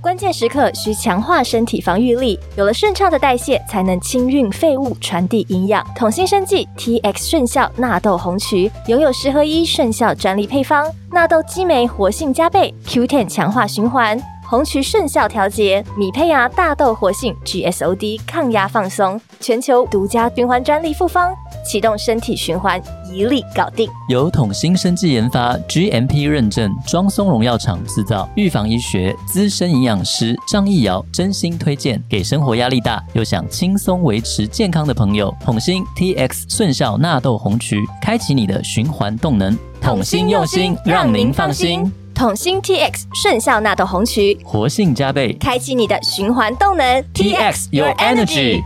关键时刻需强化身体防御力，有了顺畅的代谢，才能清运废物，传递营养。统新生技 TX 顺效纳豆红曲拥有十合一顺效专利配方，纳豆激酶活性加倍，Q10 强化循环。红曲顺效调节，米胚芽大豆活性 GSOD 抗压放松，全球独家循环专利复方，启动身体循环，一粒搞定。由统新生技研发，GMP 认证，庄松荣药厂制造，预防医学资深营养师张义尧真心推荐给生活压力大又想轻松维持健康的朋友。统新 TX 顺效纳豆红曲，开启你的循环动能。统新用心，让您放心。。统新 TX 顺效纳豆红曲，活性加倍开启你的循环动能。 ，TX Your Energy。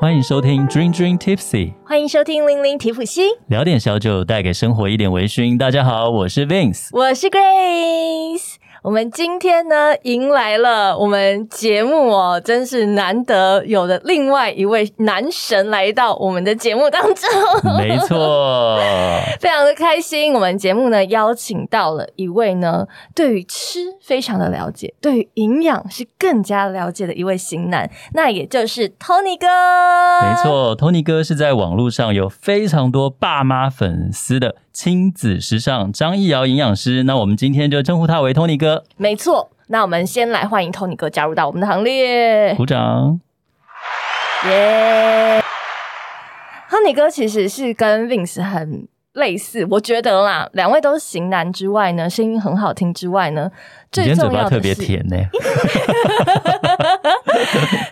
欢迎收听 Dream Dream Tipsy，欢迎收听零零提普西，聊点小酒，带给生活一点微醺。大家好，我是 Vince。 我是 Grace。我们今天呢，迎来了我们节目哦，真是难得有的另外一位男神来到我们的节目当中。 没错，非常的开心，我们节目呢邀请到了一位呢对于吃非常的了解，对于营养是更加了解的一位型男，那也就是 Tony 哥。没，错，Tony 哥是在网络上有非常多爸妈粉丝的亲子时尚张艺尧营养师。那我们今天就称呼他为 Tony 哥，没错。那我们先来欢迎 Tony 哥加入到我们的行列，鼓掌。耶、Tony 哥其实是跟 Vince 很类似，我觉得啦，两位都是型男之外呢，声音很好听之外呢，最你今天嘴重巴要特的别是甜呢、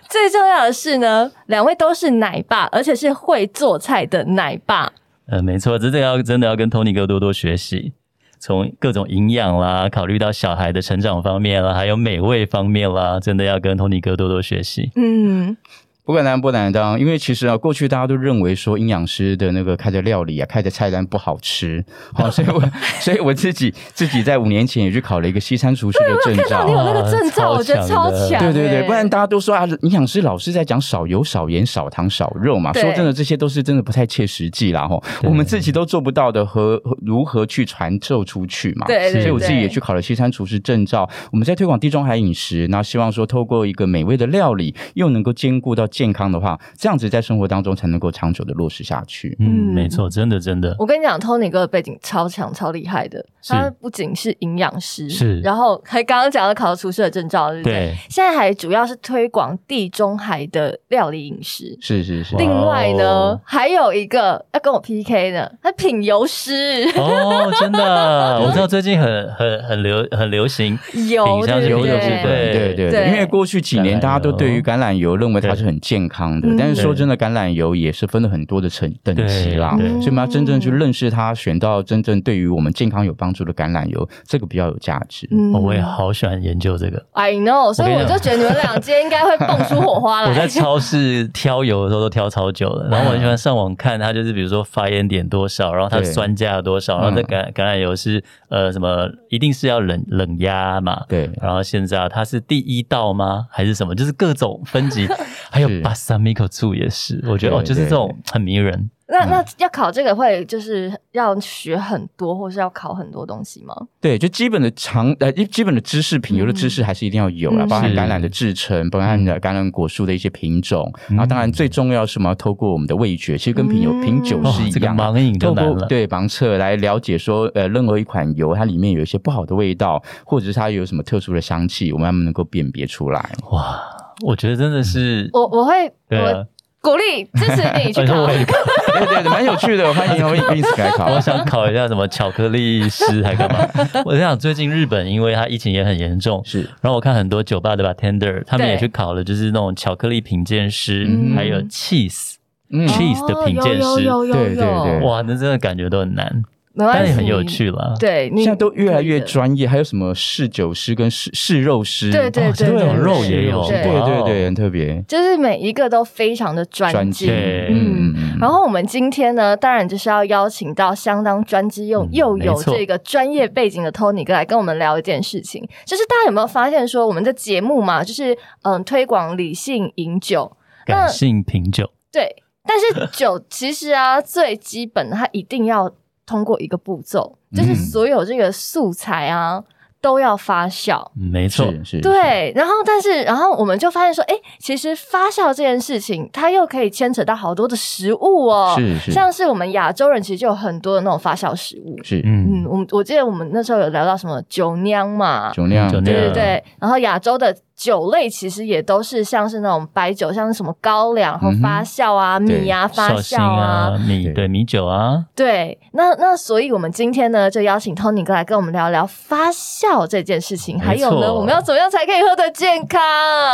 最重要的是呢，两位都是奶爸，而且是会做菜的奶爸。呃，没错，这这个要真的要跟 Tony 哥多多学习，从各种营养啦，考虑到小孩的成长方面啦，还有美味方面啦，真的要跟 Tony 哥多多学习。嗯，不敢当，不敢当，因为其实啊，过去大家都认为说营养师的那个开的料理啊，开的菜单不好吃，好、所以我 所以我自己自己在五年前也去考了一个西餐厨师的证看到你有照。那个证照，哇我觉得超啊超强强的欸、对对对，不然大家都说啊，营养师老是在讲少油、少盐、少糖、少肉嘛。对说真的，这些都是真的不太切实际啦。吼，对我们自己都做不到的和，和如何去传授出去嘛？对对对，所以我自己也去考了西餐厨师证照。我们在推广地中海饮食，那希望说透过一个美味的料理，又能够兼顾到健康的话，这样子在生活当中才能够长久的落实下去。嗯，嗯没错，真的真的我跟你讲，Tony 哥的背景超强、超厉害的。是他不仅是营养师，是然后还刚刚讲了考厨师的证照，对不对？对。现在还主要是推广地中海的料理饮食。是是是哇，另外呢哦，还有一个要跟我 PK 的，他品油师 哦，真 的，我知道最近很很很流很流行，嗯油，品香对是不油的部对？分对对对对对，因为过去几橄榄年油大家都对于橄榄油认为它是很健康的对，但是说嗯真的，橄榄油也是分了很多的层等级啦对，所以我们要真正去认识它，选到真正对于我们健康有帮助的橄榄油，这个比较有价值。嗯哦我也好喜欢研究这个。 I know，所以我跟你就讲觉得你们俩今天应该会蹦出火花哦来。 我在超市挑油的时候都挑超久了，然后我很喜嗯欢上网看它，就是比如说发烟点多少，然后它对酸价有多嗯少，然后这橄橄榄油是呃什么，一定是要冷冷压嘛。对，然后现在啊它是第一道吗？还是什么？就是各种分 级，还有是巴萨米口醋也是，我觉得哦，对就是对这种很迷人。那那要考这个会就是要学很多，或是要考很多东西吗？对，就基本的常呃，一基本的知识品，油的知识还是一定要有啦，嗯包含是橄榄的制成，包含橄榄果树的一些品种，嗯然后当然最重要是我们要透过我们的味觉，其实跟品油嗯品酒哦是一，这个样啊。盲饮就透难过了。对盲测来了解说，呃，任何一款油它里面有一些不好的味道，或者是它有什么特殊的香气，我们要能够辨别出来。 哇，我觉得真的嗯是，我我会、对啊我，鼓励支持 你去考我。也对对对，蛮有趣的，欢迎欢迎 Vince 来考。 我想考一下什么巧克力师还干嘛？我在想最近日本因为它疫情也很严重，是然后我看很多酒吧的 bartender 他们对也去考了，就是那种巧克力品鉴师，嗯还有 cheese，嗯 cheese 的品鉴师哦有有有有对对有对哇，那真的感觉都很难，没关系，但也很有。趣啦。对，你现在都越来越可以的专业，还有什么试酒师跟试试肉师，对对哦对真的对有对肉也有，对对哇对哦对，很特别。就是每一个都非常的专专精。精嗯嗯嗯嗯然后我们今天呢，当然就是要邀请到相当专精又嗯又有没错这个专业背景的 Tony 哥来跟我们聊一件事情，就是大家有没有发现说，我们的节目嘛，就是嗯推广理性饮酒，感性品酒， 对，但是酒其实啊，最基本的它一定要通过一个步骤，嗯就是所有这个素材啊都要发酵。嗯没错，是是，对，然后但是，然后我们就发现说，哎，其实发酵这件事情，它又可以牵扯到好多的食物哦，是是像是我们亚洲人其实就有很多的那种发酵食物，是是嗯嗯，，我们我记得我们那时候有聊到什么酒酿嘛，酒酿，嗯酒对对酿对，然后亚洲的酒类其实也都是像是那种白酒，像是什么高粱，然后发酵啊、对米啊发嗯绍兴酵啊，米对对米酒啊，对，那那所以，我们今天呢，就邀请 Tony 哥来跟我们聊聊发酵这件事情，没还有呢，错我们要怎么样才可以喝得健康？，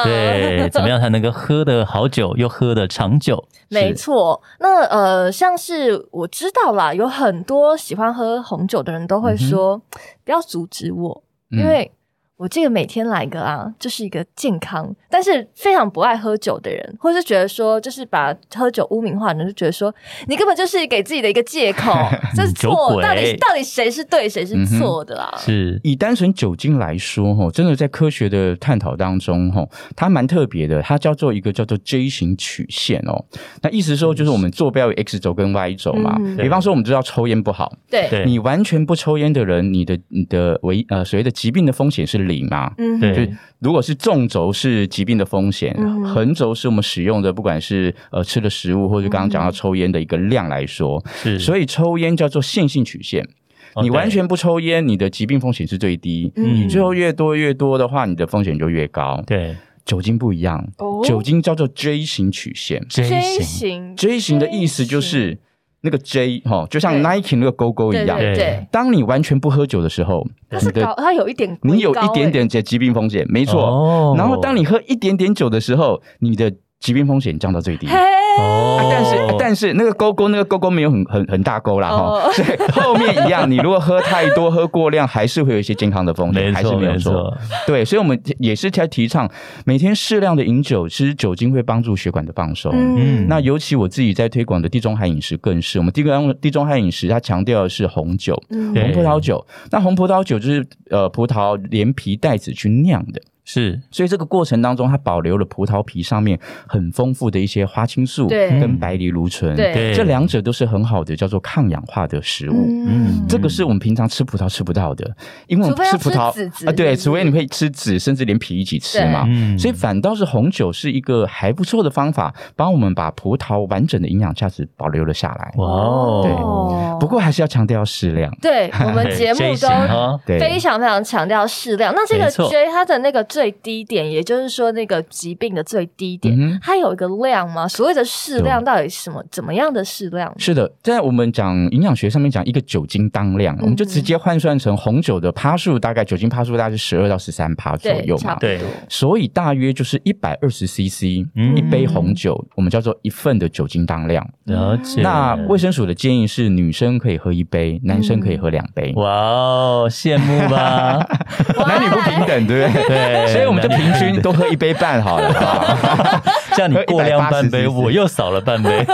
对，怎么样才能够喝得好酒又喝得长久？ 没错。那呃，像是我知道啦，有很多喜欢喝红酒的人都嗯会说，不要阻止我，嗯因为我这个每天来个啊，就是一个健康，但是非常不爱喝酒的人，或是觉得说，就是把喝酒污名化的人，就觉得说，你根本就是给自己的一个借口， 这是酒错。鬼到底到底谁是对，谁嗯是错的啦？啊 是以单纯酒精来说，哈，真的在科学的探讨当中，哈，它蛮特别的，它叫做一个叫做 J 型曲线哦。那意思说就是我们坐标有 X 轴跟 Y 轴嘛。嗯比方说，我们知道抽烟不好，对，对你完全不抽烟的人，你的你的唯呃所谓的疾病的风险是零嘛？嗯对就是如果是纵轴是疾病的风险嗯，哼横轴是我们使用的不管是呃吃的食物或者刚刚讲到抽烟的一个量来说，是，所以抽烟叫做线性曲线。嗯哦你完对全不抽烟，你的疾病风险是最低。嗯你最后越多越多的话，你的风险就越高。对酒精不一样，哦酒精叫做 J 型曲线。 J 型型 J 型的意思就是那个 J 哈、哦，就像对 Nike 那个勾勾对一样。对对对，当你完全不喝酒的时候，它是你的高，它有一点你有高一点欸点的疾病风险，没没错。错然后当你喝一点点酒的时候，你的疾病风险降到最低。嘿啊，哦，但是但是那个勾勾那个勾勾没有很很很大勾啦哈，哦，对，后面一样，你如果喝太多、喝过量，还是会有一些健康的风没险，还是错没有没错。错，对，所以我们也是在提倡每天适量的饮酒，其实酒精会帮助血管的放松。嗯嗯哦那尤其我自己在推广的地中海饮食更是，我们地中地中海饮食它强调的是红酒、嗯对红葡萄酒。那红葡萄酒就是呃葡萄连皮带籽去酿的，是所以这个过程当中它保留了葡萄皮上面很丰富的一些花青素对跟白藜芦醇，对对这两者都是很好的叫做抗氧化的食物。嗯嗯这个是我们平常吃葡萄吃不到的，因为我除非们要吃葡萄吃籽籽啊，对，是不是除非你会吃籽，甚至连皮一起吃嘛。嗯所以反倒是红酒是一个还不错的方法，帮我们把葡萄完整的营养价值保留了下来。哇哦，不过还是要强调要适量，对，我们节目 J 都型哦对，非常非常强调适量。那这个没错 J 它的那个最低点，也就是说那个疾病的最低点，嗯哼它有一个量吗？所谓的适量到底是什么怎么样的适量？是的，在我们讲营养学上面讲一个酒精当嗯量，我们就直接换算成红酒的趴数，大概酒精趴数大概是十二到十三趴左对右，差嘛不。对多。所以大约就是一百二十 CC，嗯一杯红酒，我们叫做一份的酒精当量。了解。那卫生署的建议是，女生可以喝一嗯杯，男生可以喝两杯，哇哦，羡慕吧？ 男女不平等，对不对？对， 所以我们就那你平均都喝一杯半好 了，好不好这样你过量半杯， 180 cc 我又少了半 杯，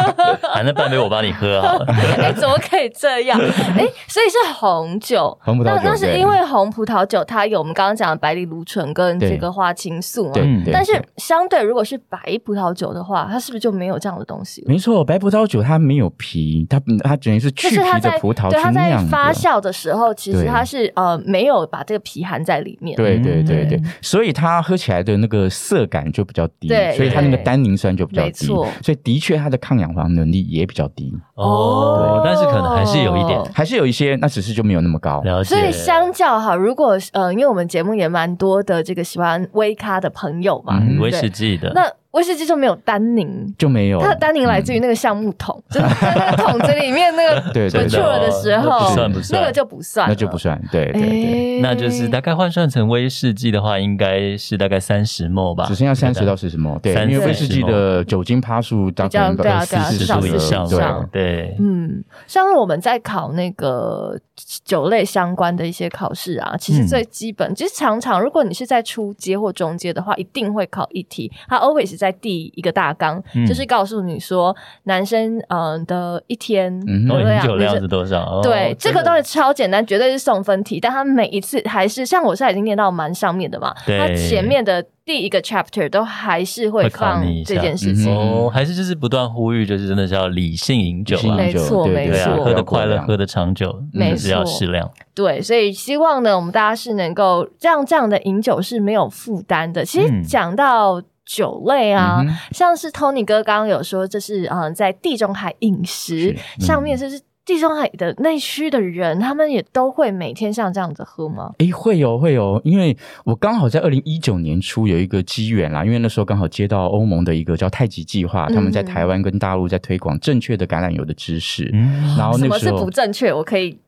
反正半杯我帮你喝好了。哎、怎么可以这样？哎、所以是红酒，红葡萄酒那那是对因为红葡萄酒它有我们刚刚讲的白藜芦醇跟这对个花青素嘛。对嗯对。但是对相对如果是白葡萄酒的话，它是不是就没有这样的东西了？没错，白葡萄酒它没有皮，它它等于是就去是它皮在的葡萄对，它去在酿发的。酵的时候，其实对它是呃没有把这个皮含在里面。对对嗯对对，所以它喝起来的那个涩感就比较低对，所以它那个对单宁酸就比较没低，错所以的确它的抗氧化能力也比较低，哦，但是可能还是有一点还是有一些，那只是就没有那么高。了解。所以相较哈，如果呃，因为我们节目也蛮多的这个喜欢微咖的朋友嘛，嗯对威不士对？忌的，那威士忌就没有单宁，就没有嗯它的单宁来自于那个橡木桶，就是在那个桶子里面那个对对真 mature 的哦的时那不候，算不那算，个就不算了，那就不算。对对对，哎那就是大概换算成威士忌的话，应该是大概三十 ml 吧，只剩下三十到四十 ml，对， 30因为威士忌的酒精趴数大概比较对啊对啊四至四十十少度以40上以吧上对。对，嗯，像我们在考那个酒类相关的一些考试啊，其实嗯最基本，其实常常如果你是在初阶或中阶的话，一定会考一题，它 always 在递一个大纲，嗯就是告诉你说男生嗯、呃的一天嗯流然哦后饮量酒量啊就是是多少？哦对，这个真的东西超简单，绝对是送分题。但他每一次还是像我现在已经念到蛮上面的嘛，对他前面的第一个 chapter 都还是会会考放你一这下件事嗯情。哦，还是就是不断呼吁，就是真的是要理性饮酒啊，没错对没对啊，错喝的快乐，喝的长久，没就是要错适量。对，所以希望呢，我们大家是能够让这样的饮酒是没有负担的。其实嗯讲到酒类啊，嗯哼像是 Tony 哥刚刚有说，这是嗯、呃在地中海饮食嗯上面，就是地中海的内需的人，他们也都会每天像这样子喝吗？诶，会有会有，因为我刚好在二零一九年初有一个机缘啦，因为那时候刚好接到欧盟的一个叫太极计划，他们在嗯台湾跟大陆在推广正确的橄榄油的知识。嗯，然后什那么个是时候哦不正确？我可以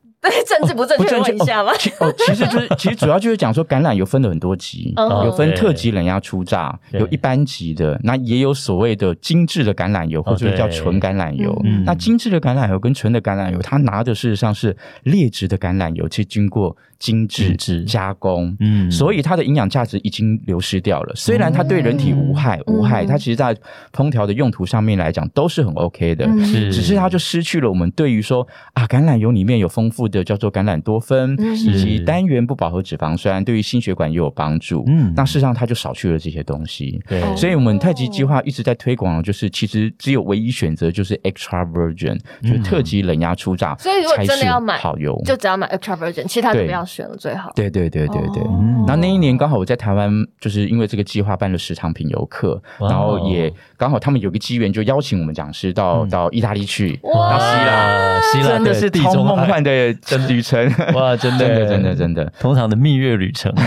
政治不正不确正确问一下吗？其哦，其 实就是其实主要就是讲说橄榄油分了很多级，嗯有分对特级冷压初榨，对有一般级的，那也有所谓的精致的橄榄哦油，或者是叫纯橄榄油。对嗯那精致的橄榄油跟纯的橄榄油，它拿的事实上是劣质的橄榄油，去经过精精致致加工。嗯所以它的营养价值已经流失掉了。虽然它对人体无害，哦嗯无害，嗯它其实在烹调的用途上面来讲都是很 OK 的。嗯是，只是它就失去了我们对于说啊，橄榄油里面有丰富的叫做橄榄多酚，嗯以及是单元不饱和脂肪酸，对于心血管也有帮助。嗯那事实上它就少去了这些东西。对，哦所以，我们太极计哦划一直在推广，就是其实只有唯一选择就是 extra virgin，、就是嗯特级冷压初榨，所以如果真的要买才是好油，就只要买 extra virgin，其他就对不要选了，最好。对对对对对。哦嗯然后那一年刚好我在台湾，就是因为这个计划办了十场品游课，哇哦然后也刚好他们有个机缘，就邀请我们讲师到、嗯到意大利去，哇到希腊，腊，希腊真的对是地超中梦海幻的旅程，哇， 真的真的真的真的。通常的蜜月旅程啊，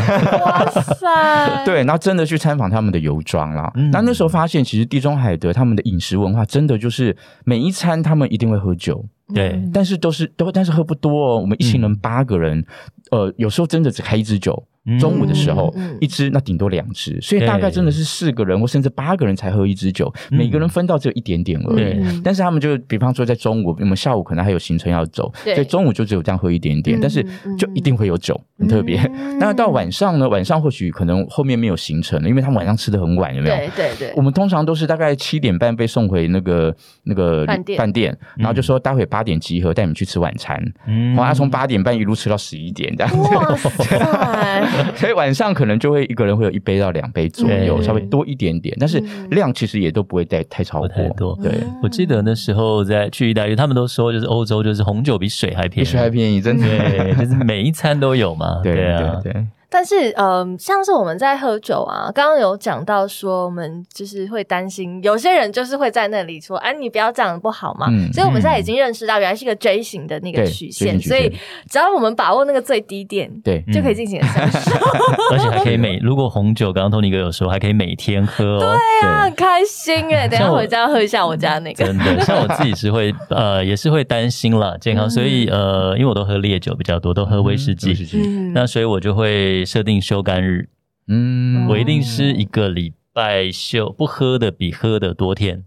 哇塞， 对，然后真的去参访他们的油庄啦。嗯那、那时候发现，其实地中海的他们的饮食文化，真的就是每一餐他们一定会喝酒，对嗯但是都是都但是喝不多哦。我们一行人嗯八个人，呃，有时候真的只开一支酒，嗯 中午的时候、嗯嗯嗯一支，那顶多两支，所以大概对真的是四个人或甚至八个人才喝一支酒，嗯每个人分到只有一点点而已。对嗯但是他们就比方说在中午，我们下午可能还有行程要走，对所以中午就只有这样喝一点点，嗯但是就一定会有酒，很特别。嗯那到晚上呢？晚上或许可能后面没有行程了，因为他们晚上吃的很晚，有没有？对对对我，们通常都是大概七点半被送回那个那个饭店然后就说待会八点集合，带你们去吃晚餐。哦嗯然后他从八点半一路吃到十一点这 样子。哇塞，所以晚上可能就会一个人会有一杯到两杯左右，嗯对稍微多一点点，但是量其实也都不会太太超不过，太多。 嗯对，我记得那时候在去意大利，他们都说就是欧洲就是红酒比水还比便宜，水还便宜，真的。对，就是每一餐都有嘛， 对对对啊，对，但是，嗯，像是我们在喝酒啊，刚刚有讲到说，我们就是会担心，有些人就是会在那里说，哎、你不要这样不好嘛。嗯所以我们现在已经认识到，原来是一个 J 型的那个对曲线， J 型曲嗯所以只要我们把握那个最低点，对就可以进行享受，而且还可以每如果红酒，刚刚托尼哥有说还可以每天喝哦。对很开心哎、等一下像我回家喝一下我家那个，真的，像我自己是会呃，也是会担心 啦健嗯康，所以呃，因为我都喝烈酒比较多，都喝威士忌，威士忌嗯，那所以我就会设定休肝日，嗯，我一定是一个礼拜休不喝的比喝的多天，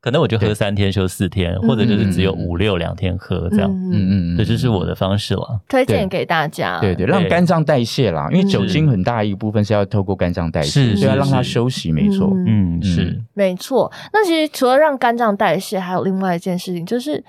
可能我就喝对嗯三天休四天，或者就是只有五六两天喝这样，嗯，嗯嗯，这就是我的方式了。推荐给大家，对对，让对肝脏代谢啦，因为酒精很大一部分是要透过肝脏代谢，是所以要是让它是休息，没错。嗯嗯，是嗯，没错，那其实除了让肝脏代谢，还有另外一件事情，就是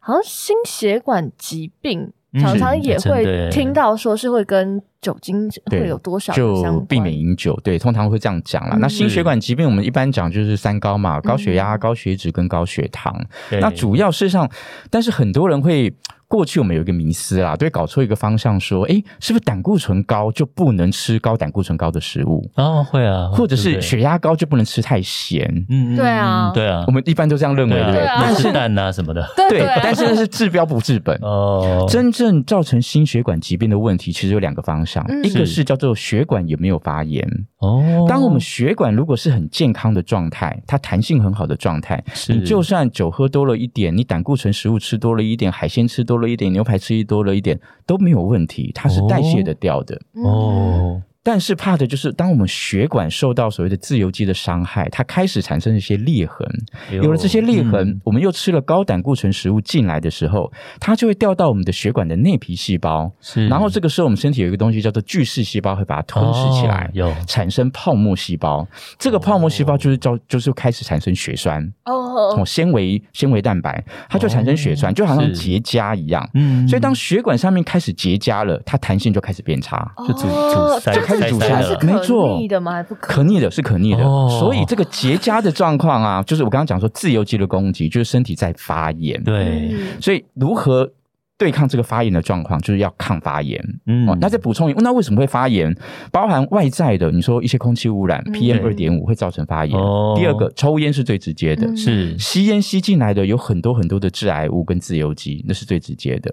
好像心血管疾病。嗯常常也是真的会耶听到说是会跟酒精对会有多少的相就关避免饮酒，对，通常会这样讲啦。嗯那心血管疾病，我们一般讲就是三高嘛，高血压、高血脂跟高血糖。对那主要事实上，但是很多人会过去我们有一个迷思啦，对，搞错一个方向，说，诶，是不是胆固醇高就不能吃高胆固醇高的食物，哦会啊，或对者是不对血压高就不能吃太咸？嗯嗯对啊嗯对啊我，们一般都这样认为，对对不啊，对？那是蛋啊什么的 对对对啊，但是那是治标不治本。 哦，真正造成心血管疾病的问题，其实有两个方向，嗯一个是是叫做血管有没有发炎。哦，当我们血管如果是很健康的状态，它弹性很好的状态，是你就算酒喝多了一点，你胆固醇食物吃多了一点，海鲜吃多了一点，牛排吃多了一点都没有问题，它是代谢得掉的。嗯哦，但是怕的就是，当我们血管受到所谓的自由基的伤害，它开始产生一些裂痕。有了这些裂痕，嗯我们又吃了高胆固醇食物进来的时候，它就会掉到我们的血管的内皮细胞。是，然后这个时候，我们身体有一个东西叫做巨噬细胞，会把它吞噬起来哦，有产生泡沫细胞。这个泡沫细胞就是叫，就是开始产生血栓，哦哦，，纤维纤维蛋白，它就产生血栓，就好像是结痂一样。嗯所以当血管上面开始结痂了，它弹性就开始变差。哦就阻阻塞这就开始是阻这塞样了是没可错逆的吗？还不可可逆的是可逆的，哦所以这个结痂的状况啊，就是我刚刚讲说自由基的攻击，就是身体在发炎。，对，所以如何对抗这个发炎的状况，就是要抗发炎。嗯哦，那再补充一，那为什么会发炎？包含外在的，你说一些空气污染嗯，PM 二点五会造成发炎。哦第二个，抽烟是最直接的，嗯是吸烟吸进来的有很多很多的致癌物跟自由基，那是最直接的。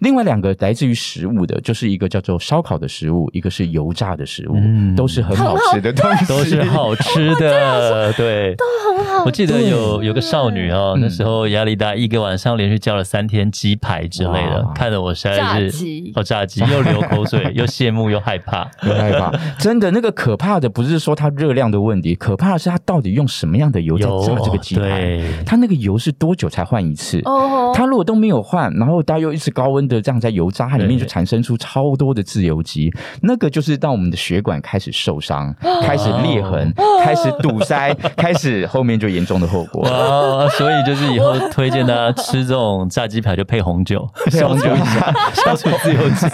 另外两个来自于食物的，就是一个叫做烧烤的食物，一个是油炸的食物，嗯都是很好吃的东西，都是好 吃的，对，都很好。我记得有有个少女哦，嗯那时候压力大，一个晚上连续叫了三天鸡排之类的哇，看得我实在炸鸡是哦炸鸡，又流口 水，又羡慕又害怕。很害怕。真的，那个可怕的不是说它热量的问题，可怕的是它到底用什么样的油在有哦炸这个鸡排对。它那个油是多久才换一次？哦，它如果都没有换，然后它又一直高温的这样在油炸，它里面对就产生出超多的自由基，那个就是让我们的血管开始受伤，哦开始裂痕，开始 堵塞，开始后面就严重的后果。哇，所以就是以后推荐大家吃这种炸鸡排就配红 酒，配消红除酒一下，消除自由基。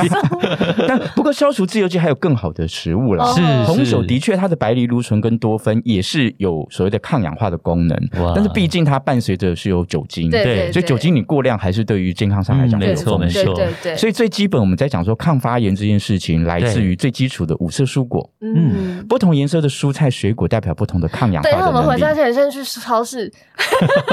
但不过消除自由基还有更好的食物啦。哦是红酒是的确，它的白藜芦醇跟多酚也是有所谓的抗氧化的功能哇，但是毕竟它伴随着是有酒精，对对对，所以酒精你过量还是对于健康上来讲嗯会有没错风没险。错对对对，所以最基本我们在讲说抗发炎这件事情，来自对于最基础的五色蔬果。嗯。不同颜色的蔬菜水果代表不同的抗氧化等一下，我的们能回力。家前先去超市，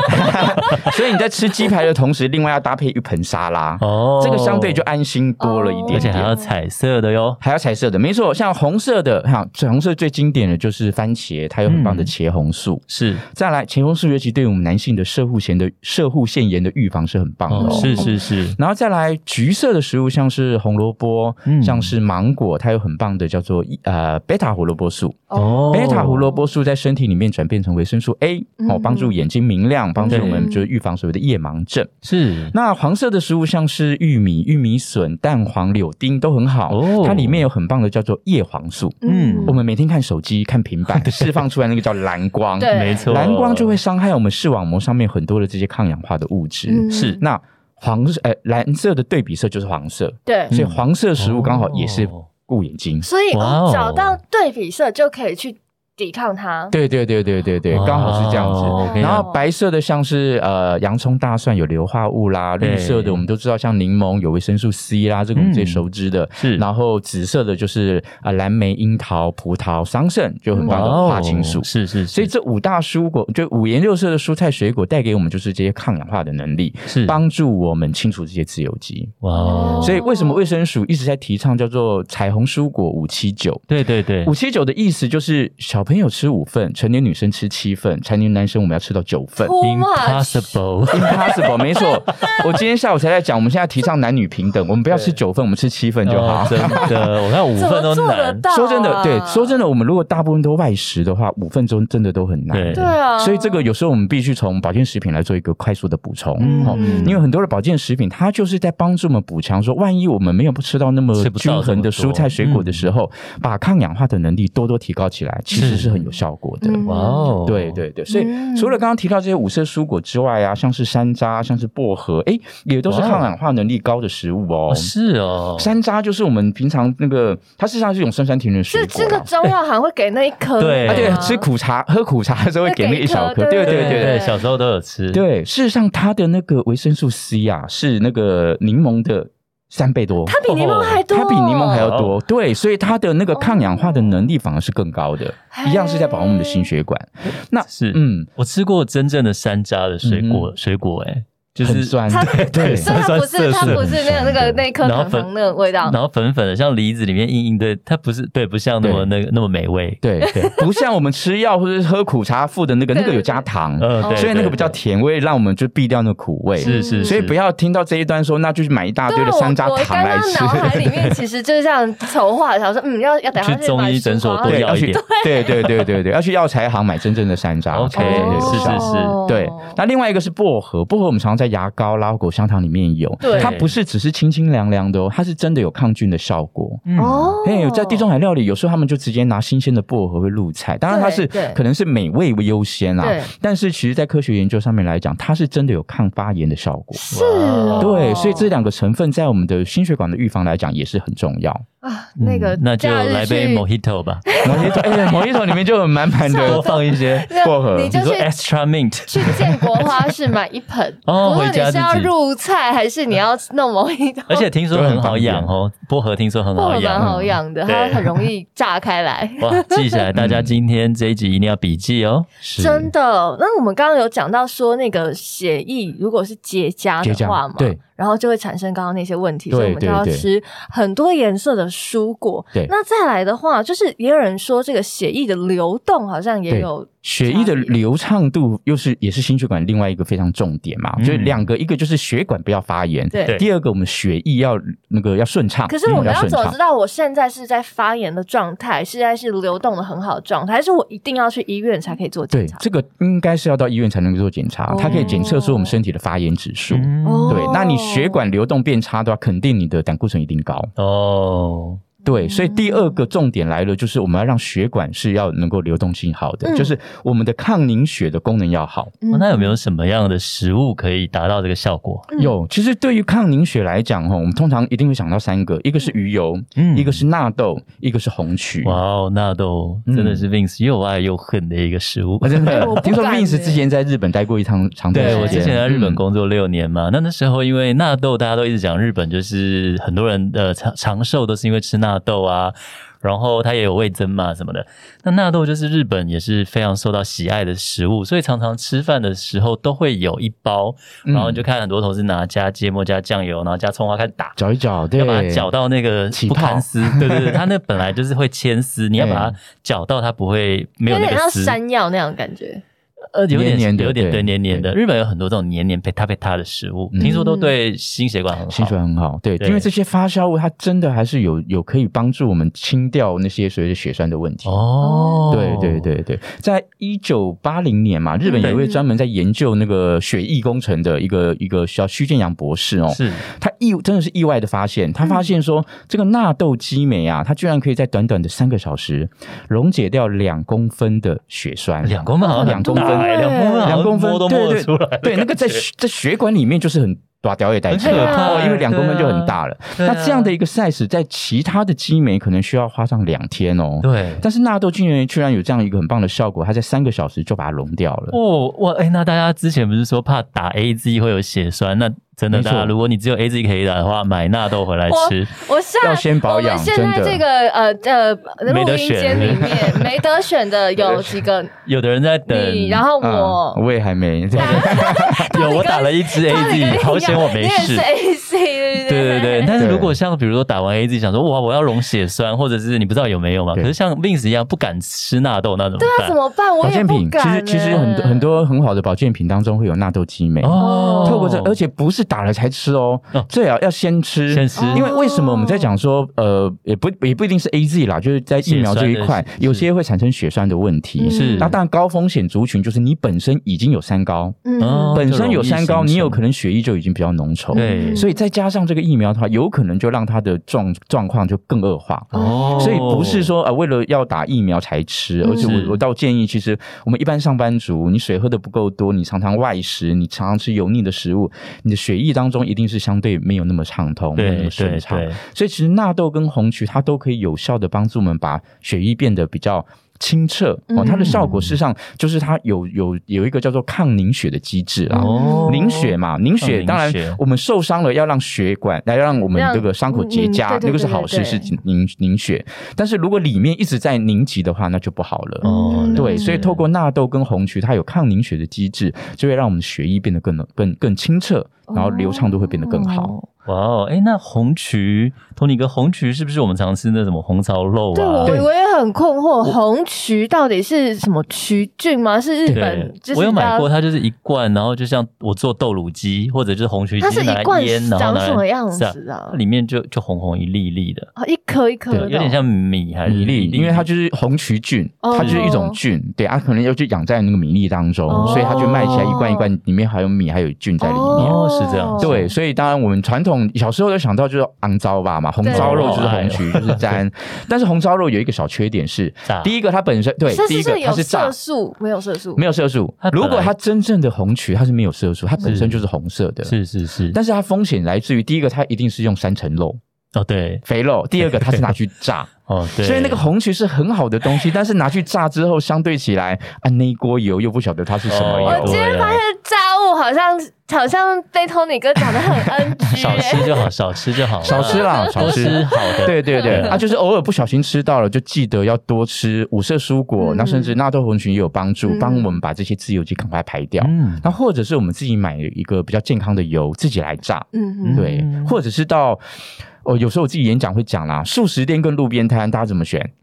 所以你在吃鸡排的同时，另外要搭配一盆沙拉，哦这个相对就安心多了一而点且还点。要彩色的哟。还要彩色的，没错，像红色的，哈，红色最经典的就是番茄，它有很嗯棒的茄红素。是再来，茄红素尤其对我们男性的射护腺的射护腺炎的预防是很棒的、哦哦，是是是，然后再来橘色的食物，像是红萝卜，嗯像是芒果，它有很棒的叫做呃贝塔胡萝卜素。哦贝塔胡萝卜素在身体里面转变成维生素 A，嗯哦，帮助眼睛明嗯亮，帮助我们对就是预防所谓的夜盲症。是那黄色的食物像是玉米、玉米笋、蛋黄、柳丁都很好，哦它里面有很棒的叫做叶黄素。嗯我们每天看手机、看 平板，释放出来那个叫蓝光，对没错，蓝光就会伤害我们视网膜上面很多的这些抗氧化的物质。嗯是那黄呃蓝色的对比色就是黄色，对，所以黄色食物刚好也是嗯哦顾眼睛。所以、哇哦找到对比色就可以去抵抗它。对对对对对对，哇刚好是这样子。哦，OK 然后白色的像是呃洋葱、大蒜有硫化物啦，对嗯绿色的我们都知道像柠檬有维生素 C 啦，这个我们最熟知的。是然后紫色的就是啊蓝莓、樱桃、葡萄、桑葚，就很棒的哦花青素。是是，所以这五大蔬果，就五颜六色的蔬菜水果带给我们就是这些抗氧化的能力，是帮助我们清除这些自由基。哇哦，所以为什么卫生署一直在提倡叫做彩虹蔬果五七九？对对对五，七九的意思就是小朋友吃五份，成年女生吃七份，成年男生我们要吃到九份。 Too much， impossible， Impossible，没 错。我今天下午才在讲，我们现在提倡男女平等，我们不要吃九份，我们吃七份就好哦。真的，我看五怎份么都做得难， 到、啊？说真的，对，说真的，我们如果大部分都外食的话，五份钟真的都很难对。对啊，所以这个有时候我们必须从保健食品来做一个快速的补充。嗯哦因为很多的保健食品，它就是在帮助我们补强，说万一我们没有吃到那么吃不均到衡的这么嗯多蔬菜水果的时候，把抗氧化的能力多多提高起来，其实是是很有效果的。嗯哇哦，对对对，所以嗯除了刚刚提到这些五色蔬果之外啊，像是山楂、像是薄荷，哎，也都是哇哦抗氧化能力高的食物哦哦，。是哦，山楂就是我们平常那个，它事实上是一种酸酸甜甜的水是果这个啦。中药行会给那一颗，对啊，啊对，吃苦茶、喝苦茶的时候会会给给那一小一颗，颗对对对对对对，小时候都有吃，对，事实上它的那个维生素 C 啊，是那个柠檬的三倍多。它比柠檬还多，它比柠檬还要多，哦对，所以它的哦那个抗氧化的能力反而是更高的，嘿一样是在保护哎我们的心血管。那是嗯，我吃过真正的山楂的水果水果，哎，就是很酸，它对对，所以它不 是它不是那个那个那一颗然后糖粉糖的味嗯道，然后粉粉的，像梨子里面硬硬的，它不是对，不像那么那个那么美味。对对，不像我们吃药或者是喝苦茶附的那个，对那个有加糖，嗯，对，所以那个比较对甜味，让我们就避掉那个苦味。是是，所以是不要听到这一段说，那就是买一大对堆啊，的我山楂我糖刚来刚吃脑。海里面其实就是这样筹划，想说嗯，要要等下去中医诊所多对， 要要一去点。对对对对对，要去药材行买真正的山楂。 OK，对对是对是是哦对，那另外一个是薄荷，薄荷我们常常在牙膏、拉狗香糖里面有，对它不是只是清清凉凉的哦，它是真的有抗菌的效果。嗯哦，哎、在地中海料理，有时候他们就直接拿新鲜的薄荷会入菜，当然它是对对可能是美味为优先啦对，但是其实，在科学研究上面来讲，它是真的有抗发炎的效果。是哇哦，对，所以这两个成分在我们的心血管的预防来讲也是很重 要。啊嗯那个那就假日来杯去 Mojito 吧，摩羯头，哎，摩羯头里面就有满满多的放一些啊那薄荷你 就哦你说去 Extra Mint，去建国花市买一盆哦不回论你家是要自己入菜还是你要弄某一道，而 且听说对很很好方养便哦，薄荷听说很薄好荷蛮养。好养的，对它很容易炸开来。哇，记起来，大家今天这一集一定要笔记哦。是真的，哦那我们刚刚有讲到说，那个血液如果是结痂结的痂话嘛，对，然后就会产生刚刚那些问题，对所以我们就要对对吃很多颜色的蔬果。对那再来的话，就是也有人说这个血液的流动好像也有血液的流畅度又是也是心血管另外一个非常重点嘛，嗯就是两个，一个就是血管不要发炎，对对第二个我们血液要那个嗯要顺畅，可是我们要顺怎么畅知。道我现在是在发炎的状态，现在是流动的很好的状态，还是我一定要去医院才可以做检对查，？这个应该是要到医院才能做检查哦，它可以检测出我们身体的发炎指数。嗯哦对，那你血管流动变差的话，肯定你的胆固醇一定高。哦，嗯对，所以第二个重点来了，就是我们要让血管是要能够流动性好的，嗯就是我们的抗凝血的功能要好。嗯哦那有没有什么样的食物可以达到这个效果？嗯有，其实对于抗凝血来讲，哈，我们通常一定会想到三个，一个是鱼油，嗯一个是纳豆，一个是红曲。哇哦，纳豆真的是 Vince 又爱又恨的一个食物我。 真哎的我不听说敢 Vince 耶之前在日本待过一趟长段对时间，我之前在日本嗯工作六年嘛，那那时候因为纳豆，大家都一直讲日本就是很多人呃长长寿都是因为吃纳豆啊，然后它也有味增嘛什么的。那纳豆就是日本也是非常受到喜爱的食物，所以常常吃饭的时候都会有一包，嗯然后你就看很多同事拿加芥末、加酱油，然后加葱花开始打。搅一搅，对，要把它搅到那个起不泡堪丝，对对对，它那本来就是会牵丝，你要 把它搅到它不会没有有那点个像丝，山药那样的感觉，呃，有点黏黏的有点对对黏黏的。对日本有很多这种黏黏贝塔贝塔的食物，嗯听说都对心血管很好。薪水很好，对，对因为这些发酵物它真的还是有有可以帮助我们清掉那些所谓的血栓的问题。哦，对对，对对，在一九八零年嘛，日本有一位专门在研究那个血液工程的一个一个叫徐建阳博士哦，是他意真的是意外的发现，他发现说这个纳豆激酶啊，它居然可以在短短的三个小时溶解掉两公分的血栓，两公分好像嗯两很公大分欸两公分好像两公分摸都对摸得对出来的感觉，对，那个在血 在血管里面就是很大条也带劲，很可怕哦因为两公分就很大了。对啊那这样的一个 size 在其他的激酶可能需要花上两天哦。对。但是纳豆竟然居然有这样一个很棒的效果，它在三个小时就把它溶掉了。哦哇哎，那大家之前不是说怕打 A Z 会有血栓？那真的，没错大家如果你只有 A Z 可以打的话，买纳豆回来吃。我下要先保养我们现在真的这个呃呃没录得音间选里 面没得选的有几个有的人在等，你，然后啊我。我也还没，对有我打了一支 A 你跟 Z，好险我你没也事是。A C，对对啊对，但是 对如果像比如说打完 A Z 想说哇我要溶血栓，或者是你不知道有没有嘛？可对是像 Vince 一样不敢吃纳豆，那怎么那办？啊怎么办？ 我保也健不品其敢欸。实其实很多很多很好的保健品当中会有纳豆激酶。哦，透过这，而且不是打了才吃哦哦，最好要先吃，先吃因为为什么我们在讲说，呃，也不也不一定是 A Z 啦，就是在疫苗这一血栓块的，是有些会产生血栓的问题。嗯是那当然，高风险族群就是你本身已经有三高，哦嗯，本身有三高，就容易形成你有可能血液就已经比较浓稠，对所以再加上这个疫苗的话，有可能就让他的状状况就更恶化。哦，所以不是说呃为了要打疫苗才吃，嗯而且是我我倒建议，其实我们一般上班族，你水喝的不够多，你常常外食，你常常吃油腻的食物，你的血液当中一定是相对没有那么畅通，没有那对么顺对畅。对，所以其实纳豆跟红曲它都可以有效的帮助我们把血液变得比较清澈哦，嗯它的效果事实上就是它有有有一个叫做抗凝血的机制啊。哦凝血嘛，凝抗血凝当然血，我们受伤了要让血管来让我们这个伤口结让痂嗯，对那个是好对事，对是对凝凝血。但是如果里面一直在凝集的话，那就不好了。哦嗯，对，所以透过纳豆跟红曲，它有抗凝血的机制，就会让我们血液变得更更更清澈，然后流畅度会变得更好。哦哇哦，哎，那红曲，托尼哥，红曲是不是我们常吃那什么红烧肉对，啊？我我也很困惑，红曲到底是什么曲菌吗？是日本，就是我有买过，它，它就是一罐，然后就像我做豆乳鸡或者就是红曲它是鸡拿一来罐腌，然后长拿来什么样是啊子啊它？里面就就红红一粒一粒的，哦一颗一颗的哦，有点像米还是米粒，粒，嗯因为它就是红曲菌，嗯哦它就是一种菌，对，它啊可能要去养在那个米粒当中，哦所以它就卖起来一罐一罐，里面还有米，还有菌在里面。哦是这样子对，所以当然我们传统小时候都想到就是昂糟吧嘛，红烧肉就是红曲，就是沾。 但是红烧肉有一个小缺点是，炸第一个它本身对，但第一是个是它有是炸色，素，没有色素，没有色素它。本来如果它真正的红曲，它是没有色素，它本身就是红色的。是是是，但是它风险来自于第一个，它一定是用三层肉、哦对肥肉；第二个，它是拿去炸。哦 对，所以那个红曲是很好的东西，但是拿去炸之后，相对起来，啊，那一锅油又不晓得它是什么油。哦我今天发现炸物好像好像被 Tony 哥讲的很 NG，少欸吃就好，少吃就好，少吃啦，少多吃吃。好 的，对对对，对啊，就是偶尔不小心吃到了，就记得要多吃五色蔬果，嗯那甚至纳豆红曲也有帮助嗯，帮我们把这些自由基赶快排掉。嗯，那或者是我们自己买一个比较健康的油，自己来炸，嗯嗯，对嗯，或者是到哦，有时候我自己演讲会讲啦，素食店跟路边摊，大家怎么选？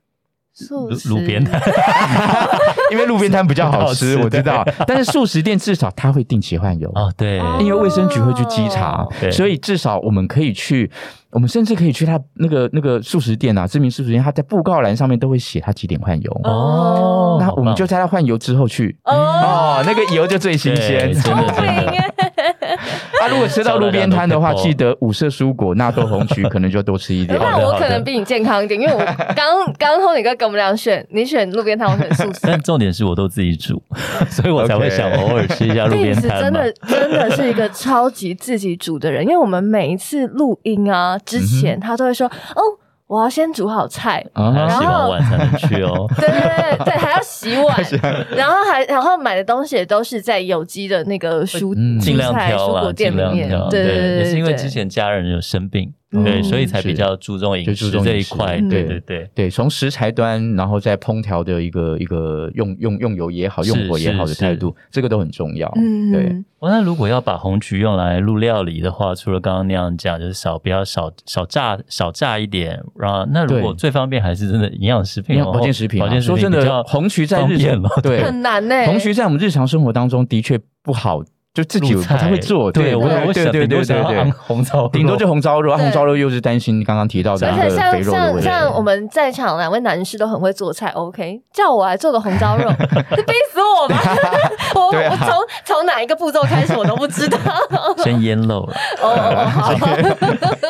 素路食路边摊，因为路边摊比较好吃，好吃我知道，但是素食店至少它会定期换油哦对，哦因为卫生局会去稽查哦对，所以至少我们可以去，我们甚至可以去他那个那个素食店啊，知名素食店，他在布告栏上面都会写他几点换油，哦，那好我棒们就在他换油之后去。哦，哦，那个油就最新鲜对。真的不真应的。该 啊，如果吃到路边摊的话，找到记得五色蔬果、纳豆、红曲，可能就多吃一 点。好那的我好可的能比你健康一点，因为我刚刚 Tony 哥跟我们俩选，你选路边摊，我选素食。但重点是我都自己煮， 所以我才会想 OK 偶尔吃一下路边 Vince 摊真嘛。的真的是一个超级自己煮的人， 因为我们每一次录音啊之嗯前，他都会说哦，我要先煮好菜，。还要啊洗完碗才能去哦 对对对对对，还要洗 碗，然后还然后买的东西也都是在有机的那个蔬嗯尽量蔬菜挑蔬啦，果店尽里量面挑。，对对对，也是因为对之前家人有生病，嗯对，所以才是比较注重饮就食注重这一饮食块。嗯对对对， 对，从食材端，然后再烹调的一个一个用用用油也好，用火也好是的是态度，这个都很重要。嗯对，哦，那如果要把红曲用来入料理的话，除了刚刚那样讲，就是少不要少少炸少炸一点，然后那如果对最方便还是真的营养食品因哦，为保健食品、啊，保健食品说真比较的，红曲在方日便常了 对很难欸呢。红曲在我们日常生活当中的确不好，就 自己入不太菜会做。对我我对想对顶多对对想要对按，红烧肉，顶多就 红烧肉，啊对红烧肉又是担心刚刚提到的而那且个像肥肉的像味像我道。们在场两位男士都很会做菜，OK，叫我来做个红烧 肉，你逼死我吧！我、对啊我从从哪一个步骤开始我都不知 道。先腌漏了。哦哦哦，好，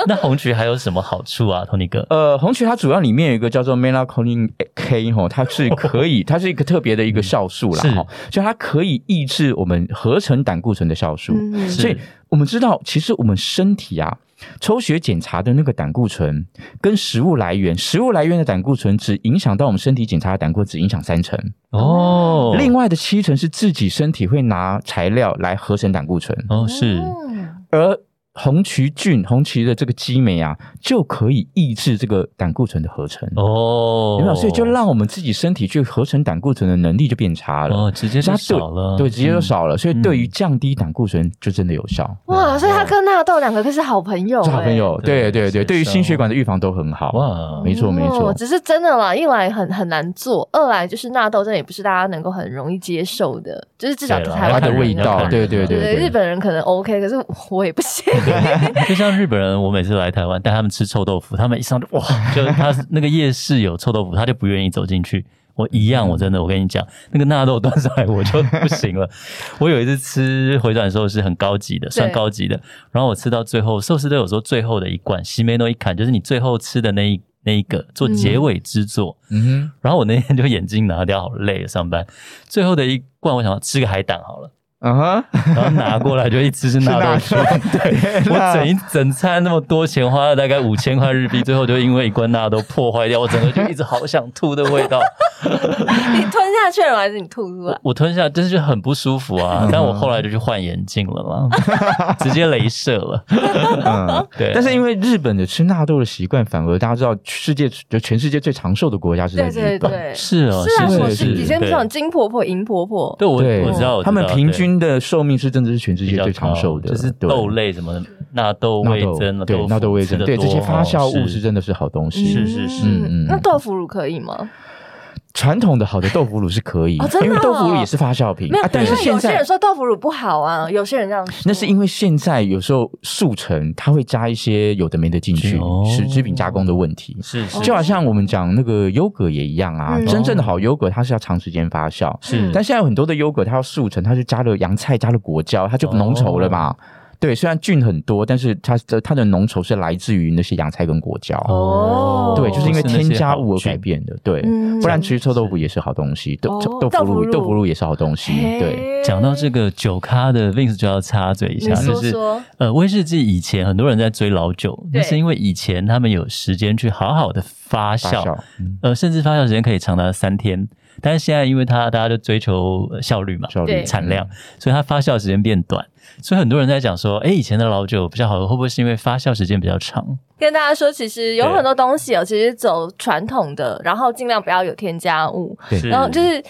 那红曲还有什么好处啊，托尼 哥？呃，红曲它主要里面有一个叫做 melatonin K 哈，它是 可以，它是一个特别的一个酵素啦是哈，就它可以抑制我们合成胆固醇的酵素。嗯是所以我们知道，其实我们身体啊，抽血检查的那个胆固醇跟食物来源，食物来源的胆固醇只影响到我们身体检查的胆固醇，只影响三成，哦，另外的七成是自己身体会拿材料来合成胆固醇，哦是嗯而红曲菌、红曲的这个激酶啊，就可以抑制这个胆固醇的合成。哦，有没有？所以就让我们自己身体去合成胆固醇的能力就变差了，哦直接就它少了，对，对，直接就嗯。少了。所以对于降低胆固醇就真的有效。哇，所以他跟纳豆两个可是好朋友、欸，是好朋友，对对对对，是对于是心血管的预防都很好。哇，没错没错哦只是真的啦，一来很很难做，二来就是纳豆真的也不是大家能够很容易接受的，就是至少对啦台它湾的人味啊道，对对对对日本人可能 OK，可是我也不 行。 就像日本人，我每次来台湾带他们吃臭豆腐，他们一上就 哇，就是他那个夜市有臭豆腐，他就不愿意走进去。我一样，我真的，我跟你讲，那个纳豆端上来我就不行 了。我有一次吃回转寿司，很高级的，算高级的。然后我吃到最后，寿司都有说最后的一罐，西梅诺一砍，就是你最后吃的那一那一个做结尾之作。嗯然后我那天就眼睛拿掉，好累，上班最后的一罐，我想要吃个海胆好了。哼，嗯哼，然后拿过来就一 吃是 纳豆菌，对 我整一整餐那么多钱花了大概五千块日币，最后就因为一罐纳豆破坏掉，我整个就一直好想吐的味道。 你吞下去了吗还是你吐出来？我吞下，但是就很不舒服嗯啊。但我后来就去换眼镜了啦， 直接镭射了。嗯，对，但是因为日本的吃纳豆的习惯，反而大家知道世界就全世界最长寿的国家是在对对日本。对，是哦，是啊，是什么是金以前不是有对金婆婆、银婆婆？对，我我知道，我知道他们平对均的寿命是真的是全世比界较最长高寿的，就是对豆类什么的，纳豆纳味豆增啊，对纳豆味增，对这些发酵物是的。真的是好东西。哦是是是嗯嗯那豆腐乳可以吗？传统的好的豆腐乳是可以哦，真的哦因为豆腐乳也是发酵品没有啊，，但因是为有现些人在。说豆腐乳不好啊，有些人这样说。那是因为现在有时候速成它会加一些有的没的进去哦，使制品加工的问题。是是就好像我们讲那个优格也一样啊，哦嗯真正的好优格它是要长时间发酵，是，但现在有很多的优格它要速成，它就加了洋菜，加了果胶，它就浓稠了哦嘛。对，虽然菌很多，但是它的它的浓稠是来自于那些洋菜跟果胶。哦对，就是因为是那些添加物而好菌改变的。对，嗯不然其实臭豆腐也是好东西，豆哦豆豆腐腐乳乳豆腐乳也是好东西。对，嘿讲到这个酒咖的 Vince 就要插嘴一下，你就说是说呃威士忌以前很多人在追老酒，那对是因为以前他们有时间去好好的发发酵，酵嗯呃甚至发酵时间可以长达三天，但是现在因为它大家就追求呃效率嘛，效率对产量，所以它发酵时间变短，所以很多人在讲说，哎，以前的老酒比较好喝，会不会是因为发酵时间比较长？跟大家说，其实有对很多东西哦，其实走传统的，然后尽量不要有添加物。对是然后就是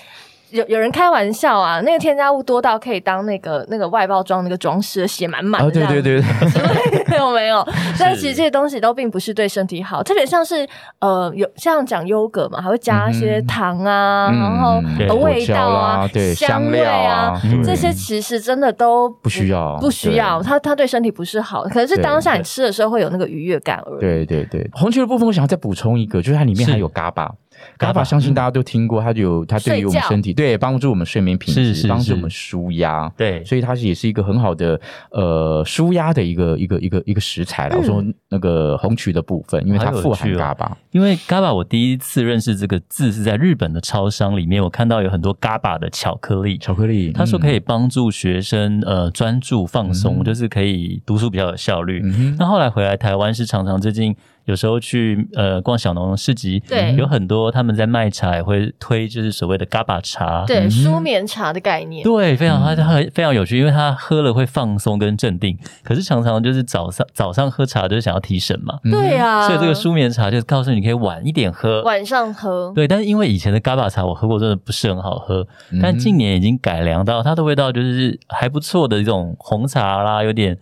有有人开玩笑啊，那个添加物多到可以当那个那个外包装那个装饰写满满啊，的这对样子，对对对，没有没 有，但其实这些东西都并不是对身体好，特别像是呃有像讲优格嘛，还会加一些糖啊，嗯然后、嗯对呃味果胶道啊、啦对香香味料啊啊，嗯这些其实真的都不不需要不需要，它它对身体不是好，可能是对当下你吃的时候会有那个愉悦感而已。对对对。红曲的部分，我想要再补充一个，就是它里面是还有嘎巴。嘎嘎巴嗯巴相信大家都听过，它就有它对于我睡们觉身体，对帮助我们睡眠品是是质，是帮助我们舒压，对所以它是也是一个很好的呃舒压的一个一个一个一个食材啦。嗯我说那个红曲的部分，因为它好有富含趣哦嘎巴，因为 GABA，我第一次认识这个字是在日本的超商里面，我看到有很多 GABA 的巧克力。巧克力，他说可以，以帮助学生呃专注放松，嗯就是可以读书比较有效率。嗯哼那后来回来台湾是常常最近有时候去呃逛小农市集，对有很多他们在卖茶也会推就是所谓的 GABA 茶，对，嗯舒眠茶的概念，对，非常它它很非常有趣，因为它喝了会放松跟镇定，可是常常就是早上早上喝茶就是想要提神嘛，嗯对啊，所以这个舒眠茶就是告诉你可以晚一点喝，晚上喝，对，但是因为以前的 GABA 茶我喝过，真的不是很好喝。嗯但近年已经改良到它的味道就是还不错的一种红茶啦，有点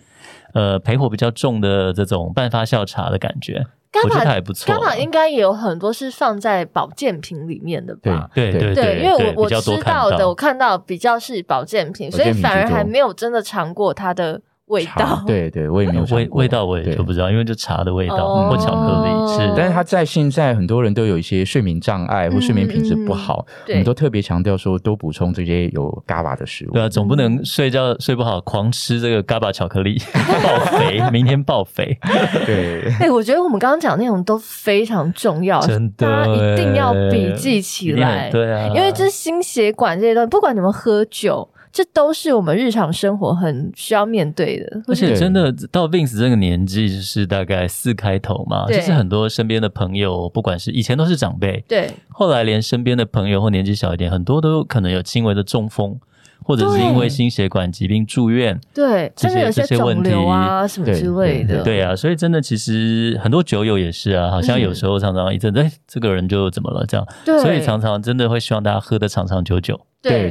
呃焙火比较重的这种半发酵茶的感觉，伽我觉得它马还不错啊伽啦。马应该也有很多是放在保健品里面的嗯对吧？对对对，因为对我我比较多知看道的，到我看到比较是保健品，保所以健品反而居多还没有真的尝过它的味道茶。对对，我也没有味尝过味道我也对就不知道，因为就茶的味道、哦或巧克力是，但是它在现在很多人都有一些睡眠障碍或睡眠品质不好，对我们都特别强调说多补充这些有 GABA 的食物对。啊，总不能睡觉睡不好狂吃这个 GABA 巧 克力爆肥，明天爆肥， 对，哎、我觉得我们刚刚讲的内容都非常重要，真大的家一定要欸笔记一起定很来，对啊，因为这心血管这些东西，不管你们喝酒，这都是我们日常生活很需要面对的。而且对真的到 Vince 这个年纪，就是大概四开头嘛，对就是很多身边的朋友，不管是以前都是长辈，对，后来连身边的朋友或年纪小一点，很多都可能有轻微的中风，或者是因为心血管疾病住院。对，这真些的有些这些问肿题瘤啊什么之类的，对啊，所以真的，其实很多酒友也是啊，好嗯像有时候常常一阵子，哎，这个人就怎么了这样，对所以常常真的会希望大家喝的长长久久。对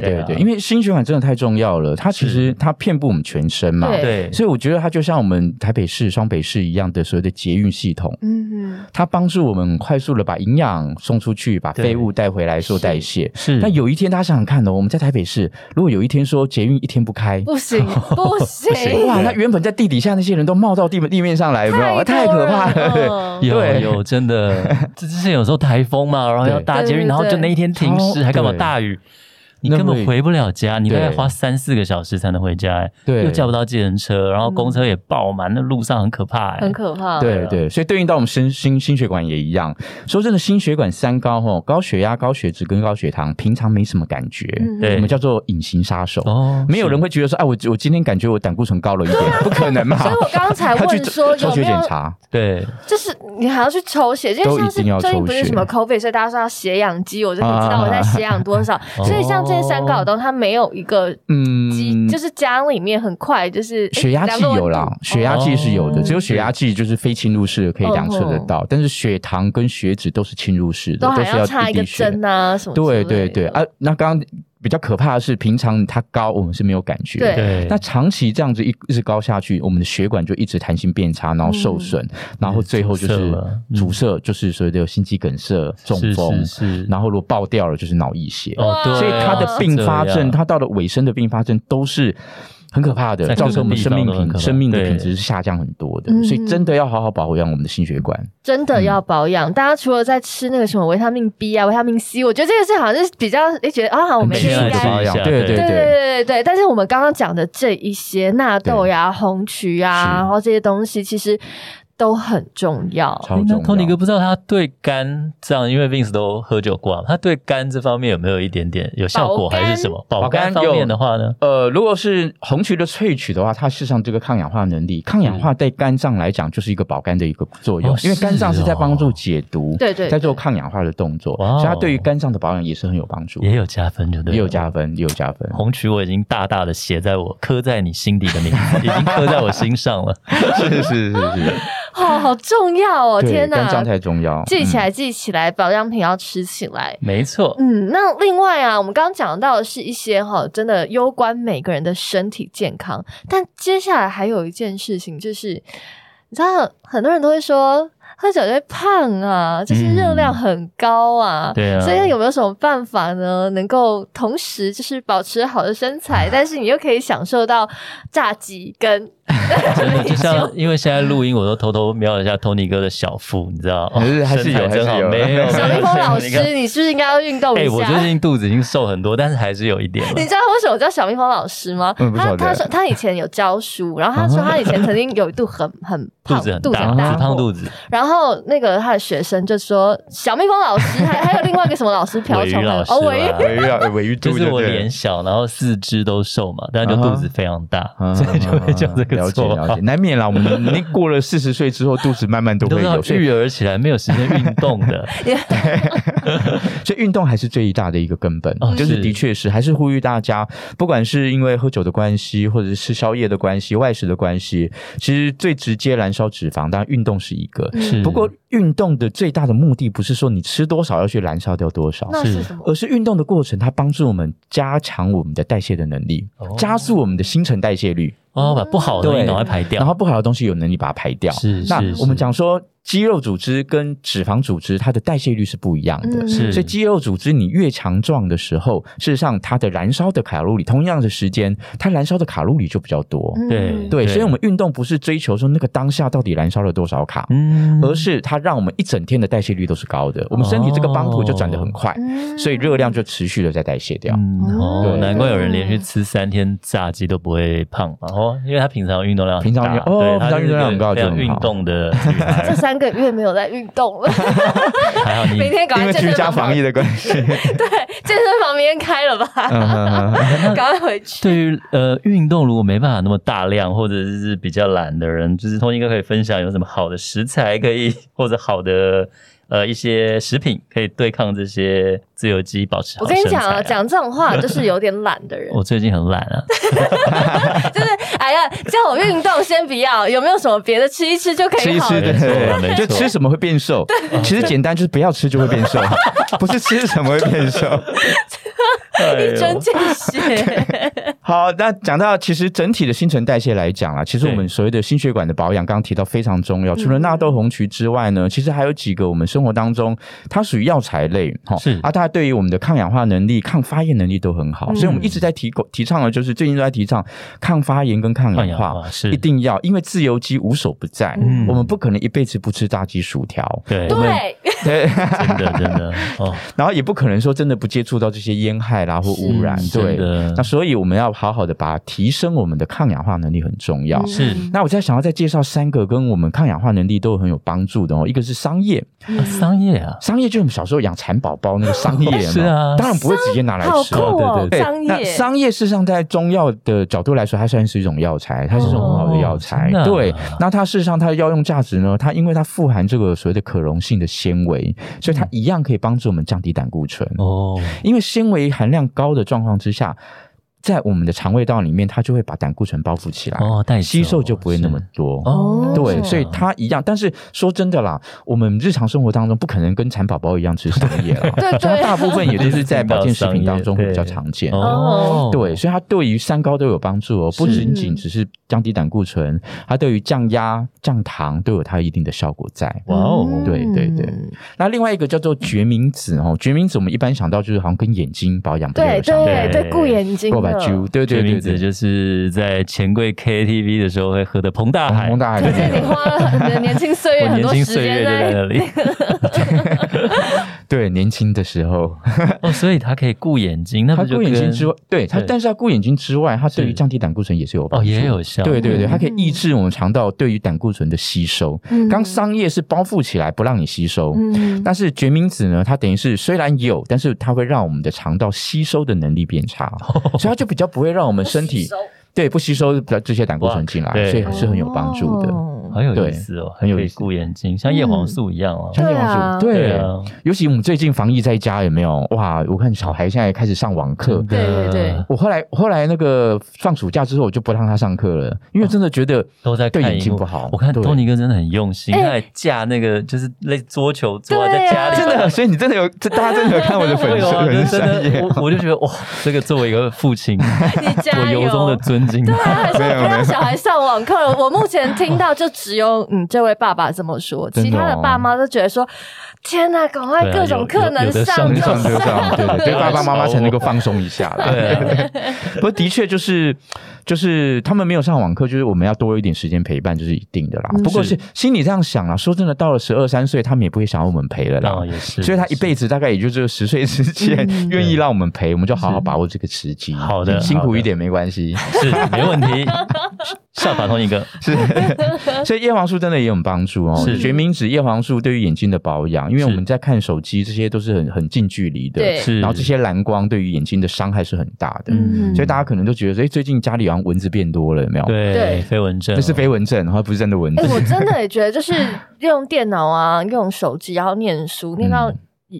对对对啊对，因为心血管真的太重要了，它其是实它遍布我们全身嘛，对对，所以我觉得它就像我们台北市、双北市一样的所谓的捷运系统，嗯哼，它帮助我们快速的把营养送出去，把对废物带回来做代谢。是那有一天，大家想想看哦，我们在台北市，如果有一天说捷运一天不开，不行 不行，哇，那原本在地底下那些人都冒到地地面上来，有没有？太太多可怕人了。 了有对有真 的，这之前有时候台风嘛，然后要对搭捷对对运，对然后就那一天停超驶，还干嘛对大雨？你根那本会回不了家，你大概对花三四个小时才能回家、哎对又叫不到计程车，然后公车也爆满，那路上很可怕、哎很可怕。对对，所以对应到我们身心心血管也一样。说真的，心血管三高吼，高血压、高血脂跟高血糖，平常没什么感觉，嗯对我们叫做隐形杀手。哦，没有是人会觉得说，哎，我我今天感觉我胆固醇高了一点， 不可能嘛？所以我刚才 他去问说抽有血没检有查，对，就是你还要去抽血，因都为一像是定要最近不抽是血什么 COVID，所以大家说要血氧机，我就可以知道我在血氧多 少。 所以像这些三高的东西，它没有一个哦嗯，机，就是家里面很快就是哎血压计有啦，血压计是有的，哦只有血压计就是非侵入式的可以量测得到，但是血糖跟血脂都是侵入式的，都都还是要插一一个滴血。针啊什么之类的。对对对啊，那刚刚比较可怕的是，平常它高我们是没有感觉的，对对，那长期这样子一一直高下去，我们的血管就一直弹性变差，然嗯后受损，然后最后就阻塞是了嗯阻塞，就是所谓的心肌梗塞、中是风，是是，然后如果爆掉了就是脑溢血。哦，对，所以它的并发症，它到了尾声的并发症都是很可怕的，在各造个成我们生地方都很命可品怕生命的对品质是下降很多的嗯。所以真的要好好保护养我们的心血管。真的要保养。大家除了在吃那个什么维他命 B 啊、维他命 C，我觉得这个是好像是比较诶觉得啊，好，我们每天应来吃该一下，对对对对对对，但是我们刚刚讲的这一些纳豆呀、红曲是呀，然后这些东西其实都很重要。超哎那重 Tony 哥要。不知道他对肝这样，因为 Vince 都喝酒过嘛，他对肝这方面有没有一点点有效保果，肝还是什么？保保肝肝方面的话呢？呃，如果是红曲的萃取的话，它事实上这个抗氧化能力，抗氧化对肝脏来讲就是一个保肝的一个作用，哦因为肝脏是在是哦帮助解毒，对对对在做抗氧化的动作，哇哦所以它对于肝脏的保养也是很有帮助，也有加分，对不对？也有加。分，也有加分。红曲我已经大大的写在我刻在你心底的名字，已经刻在我心上 了。是是是是，哦，好重要 哦！对天肝脏哪，太重要，记起嗯来，记起来，保养品要吃起来。没错，嗯，那另外啊，我们刚刚讲到的是一些哈，真的攸关每个人的身体健康。但接下来还有一件事情，就是你知道，很多人都会说喝酒就会胖啊，就是热量很高啊。嗯对啊所以有没有什么办法呢，能够同时就是保持好的身材，但是你又可以享受到炸鸡跟 真的 就像因为现在录音，我都偷偷瞄了一下 Tony 哥的小腹，你知道？哦还是还是身材有还是真好，有没 有小蜜蜂老没有没师，有你是不是应该要运动哎、一我下？最近肚子已经瘦很多，但是还是有一点了 你。知道为什么叫小蜜蜂老师吗？嗯不晓他得他说他以前有教 书，然后他说他以前曾经有一度很很肚胖，子很肚子大，很啊大死胖过肚子，然后那个他的学生就说小蜜蜂老师，还还有另外一个什么老师瓢尾鱼虫老的师哦，啦喂， 尾鱼啊，尾鱼肚就是我对了脸小，然后四肢都瘦嘛，但就肚子非常大，嗯所以就会叫 这个 了解绰了号解，。难免啦。我们你过了四十岁之后，肚子慢慢都你都会知道有，所以育儿起来没有时间运动 的， 所以运动还是最大的一个根本哦，就是是的确是还是呼吁大家，不管是因为喝酒的关系，或者是吃宵夜的关系、外食的关系，其实最直接燃烧脂肪，当然运动是一个。是不过运动的最大的目的不是说你吃多少要去燃烧掉多少，那是呃是什么？而是运动的过程它帮助我们加强我们的代谢的能力哦，加速我们的新陈代谢率。哦，把不好的东西对赶快排掉，然后不好的东西有能力把它排掉。是那是我们是讲说肌肉组织跟脂肪组织，它的代谢率是不一样的。嗯是所以肌肉组织你越强壮的时候，事实上它的燃烧的卡路里，同样的时间，它燃烧的卡路里就比较多。嗯对对，所以我们运动不是追求说那个当下到底燃烧了多少卡，嗯而是它让我们一整天的代谢率都是高的，我们身体这个帮浦就转得很快，嗯所以热量就持续的在代谢掉。嗯哦，对难怪有人连续吃三天炸鸡都不会胖嘛哦，因为他平常运动量很大平常运哦对平常运动量很高她是一个非常就很运好动的女这孩，三个月没有在运动 了，还好你每天赶因快为健居身家房防疫的关 系，健身房明天开了吧？嗯哼哼 哼赶快回去。对于呃运动，如果没办法那么大量，或者是比较懒的人，就是通一哥可以分享有什么好的食材可以，或者好的呃一些食品可以对抗这些自由基，保 持好我跟你身材讲 啊，讲这种话就是有点懒的人，我最近很懒啊，哎呀，叫我运动先不要，有没有什么别的吃一吃就可吃以一好了？吃的，没错没错对，就吃什么会变瘦。其实简单就是不要吃就会变瘦，啊不是吃什么会变瘦。哎一针呦见 血。好，那讲到其实整体的新陈代谢来讲啦，其实我们所谓的心血管的保养，刚刚提到非常重要。除了纳豆红曲之外呢，其实还有几个我们生活当中它属于药材类哈，是啊，它对于我们的抗氧化能力、抗发炎能力都很好，所以我们一直在提提倡的就是最近都在提倡抗发炎跟抗抗氧氧化。化是一定要，因为自由基无所不在，嗯我们不可能一辈子不吃炸鸡薯条，对我们对，对，真的真的哦，然后也不可能说真的不接触到这些烟害啦或污染，是对真的那所以我们要好好的把提升我们的抗氧化能力很重要。是那我在想要再介绍三个跟我们抗氧化能力都很有帮助的哦，一个是商业，啊商业啊，商业就是我们小时候养蚕宝宝那个商 业是啊当然不会直接拿来好吃酷啊，哦对对，对，商那业商业事实上，在中药的角度来说，它算是一种药材，它是一种很好的哦药材。哦真的啊对，那它事实上它的药用价值呢？它因为它富含这个所谓的可溶性的纤维，所嗯以它一样可以帮助我们降低胆固醇。哦，因为纤维含量高的状况之下，在我们的肠胃道里面，它就会把胆固醇包覆起来，哦带走吸收就不会那么多。哦，对，哦所以它一样，但是说真的啦，我们日常生活当中不可能跟蚕宝宝一样吃商业 啦，对所以对它大部分也都是在保健食品当中会比较对常见。哦，对，所以它对于三高都有帮助哦，不是仅仅只是降低胆固醇，它对于降压、降糖都有它一定的效果在。哇哦，嗯对对对那另外一个叫做决明子哦，决明子我们一般想到就是好像跟眼睛保养不对有相对关，对，顾眼睛过百的，珠，对决对明对子对，就是在钱柜 KTV 的时候会喝的彭大海，红大海可是你对花了你的年轻岁月我很年多轻时岁间月就在在那里对年轻的时 候， 哦，所以它可以顾眼睛，那它不就顾眼睛跟之外，对它，对但是它顾眼睛之外，它对于是降低胆固醇也是有帮哦助。也有效，对对对，嗯它可以抑制我们肠道对于胆固醇的吸收。嗯刚商业是包覆起来不让你吸收，嗯但是决明子呢，它等于是虽然有，但是它会让我们的肠道吸收的能力变差，哦所以它就比较不会让我们 身体对不吸收这些胆固醇进来哇，所以对是很有帮助的。哦好有意对思哦，很有还可以意思顾眼睛，像叶嗯黄素一样哦。像叶黄素，对啊，尤其我们最近防疫在家有没有？哇，我看小孩现在开始上网课真。的对对对我后来后来那个放暑假之后，我就不让他上课了，因为真的觉得都在看对眼荧睛幕不好。我看对托尼哥真的很用心，哎他还架那个就是类似桌球桌啊对啊在家里， 真的，所以你真的有，这大家真的有看 我的粉会有啊，丝真粉的丝真的，我我就觉得哇，这个作为一个 父亲，你加我 油！由衷的尊敬 对啊，他。还说没不有没让有小孩上网课。我目前听到就只有嗯这位爸爸这么说，真的其他的哦爸妈都觉得说：天哪，赶快对啊各有种课有能有的上就上就 上就 上，对对对，爸爸妈妈才能够放松一下啦。对啊， 不过的确就是就是他们没有上网课，就是我们要多一点时间陪伴，就是一定的啦。不过嗯是是心里这样想啦，说真的，到了十二三岁，他们也不会想要我们陪了那啦。也是，所以他一辈子大概也就只有十岁之前嗯愿意让我们陪，我们就好好把握这个时机。好的辛好苦的一点没关系。是没问 题。效法同一个，是，所以叶黄素真的也很帮助哦是。决明子、叶黄素对于眼睛的保养，因为是我们在看手机，这些都是很很近距离的，对是然后这些蓝光对于眼睛的伤害是很大的。嗯所以大家可能都觉得，哎，最近家里好像蚊子变多了，有没有？，对对飞蚊症哦，那是飞蚊症，然后不是真的蚊哎、子。我真的也觉得，就是用电脑啊，用手机，然后念书，念到嗯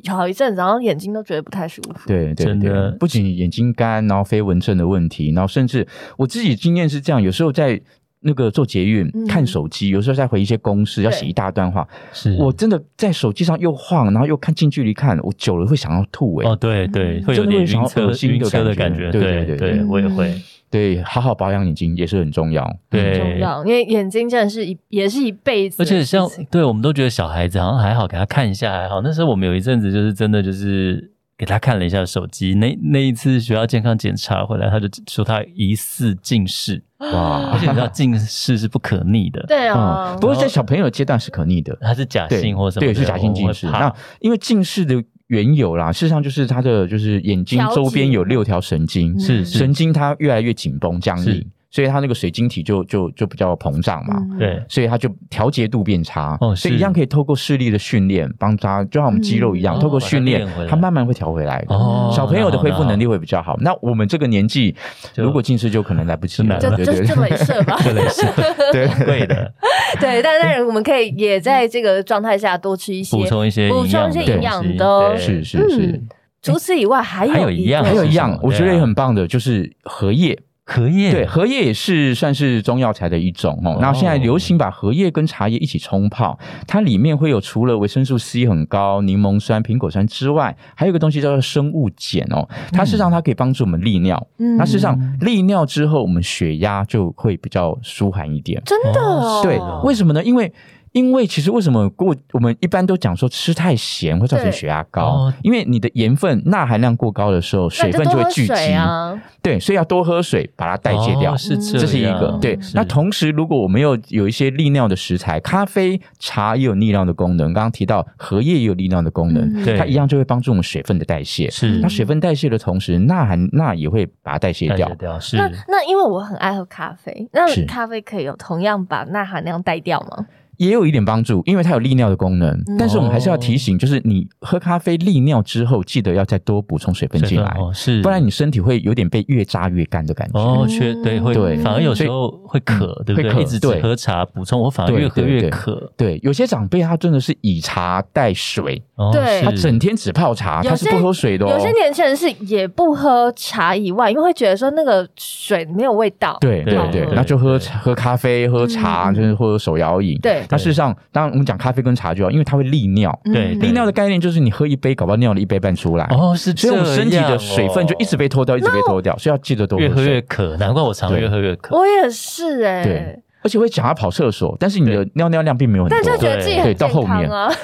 好一阵子，然后眼睛都觉得不太舒服。对对真的对，不仅眼睛干，然后飞蚊症的问题，然后甚至我自己经验是这样，有时候在那个做捷运、嗯看手机，有时候在回一些公式，要对写一大段话，是我真的在手机上又晃，然后又看近距离看，我久了会想要吐哎、哦，对嗯对，会有真的点会想晕要车恶心晕的车的感感觉觉，对对对对我也会，对，好好保养眼睛也是很重要。很对，重要，因为眼睛真的是一也是一辈子而的且事情。像对，我们都觉得小孩子好像还好，给他看一下还好。那时候我们有一阵子就是真的就是给他看了一下手机，那那一次学校健康检查回来，他就说他疑似近视，而哇，且你知道近视是不可逆的，对嗯啊，嗯不过在小朋友的阶段是可逆的，它是假对性或什么的，对，是假性近视。我会怕那因为近视的缘由啦，事实上就是他的就是眼睛调节周边有六条神经，是是神经它越来越紧绷僵是硬，所以它那个水晶体就就就比较膨胀嘛。嗯对所以它就调节度变差，哦所以是一样可以透过视力的训练帮他，就像我们肌肉一样，嗯透过训练把它练回，来它慢慢会调回来的。哦，小朋友的恢复能力那好会比较好。那我们这个年纪，就如果近视就可能来不及了。就就对就对就对镭射吧。那好 对是对， 对的，对，但但是我们可以也在这个状态下多吃一些补充一些补充一些营营养的东西养的哦对 是是是嗯。除此以外，还还有有一个样还有一是什样么，我觉得对啊也很棒的，就是荷叶。荷叶对，荷叶也是算是中药材的一种嗯哦。然后现在流行把荷叶跟茶叶一起冲泡，它里面会有除了维生素 C 很高、柠檬酸、苹果酸之外，还有一个东西叫做生物碱哦。它事实上它可以帮助我们利尿。嗯那事实上利尿之后，我们血压就会比较舒缓一点。真的哦，对，为什么呢？因为因为其实为什么过我们一般都讲说吃太咸会造成对血压高哦，因为你的盐分钠含量过高的时候，那水你就分多会喝聚集，水啊，对，所以要多喝水把它代谢掉。哦是这这是一样个对是，那同时，如果我们又有一些利尿的食材，咖啡、茶也有利尿的功能。刚刚提到荷叶也有利尿的功能，嗯对它一样就会帮助我们水分的代谢。是那水分代谢的同时，钠含钠也会把它代谢代掉谢。掉是那那因为我很爱喝咖啡，那是咖啡可以有同样把钠含量带掉吗？也有一点帮助，因为它有利尿的功能嗯。但是我们还是要提醒，就是你喝咖啡利尿之后，记得要再多补充水分水进分来，哦是，不然你身体会有点被越榨越干的感觉。哦嗯缺对会对反而有所时以嗯候会渴，对不会渴对？一直只对喝茶补充，我反而对越喝对越对渴。对，有些长辈他真的是以茶代水，哦对他是整天只泡茶，有他是些不喝水的哦。有些年轻人是也不喝茶以外，因为会觉得说那个水没有味道。对对对对对，那就喝对喝咖啡、喝茶，嗯就是或者手摇饮。对那事实上，当然我们讲咖啡跟茶就好，因为它会利尿。对嗯对利尿的概念就是你喝一杯，搞不好尿了一杯半出来，哦是这所以样我哦，们身体的水分就一直被脱掉，一直被脱掉，所以要记得多越喝越水。渴，难怪我常对越喝越渴。我也是哎、对而且会想要跑厕所，但是你的尿尿量并没有很但就觉多。得自己很对到健后康面 啊，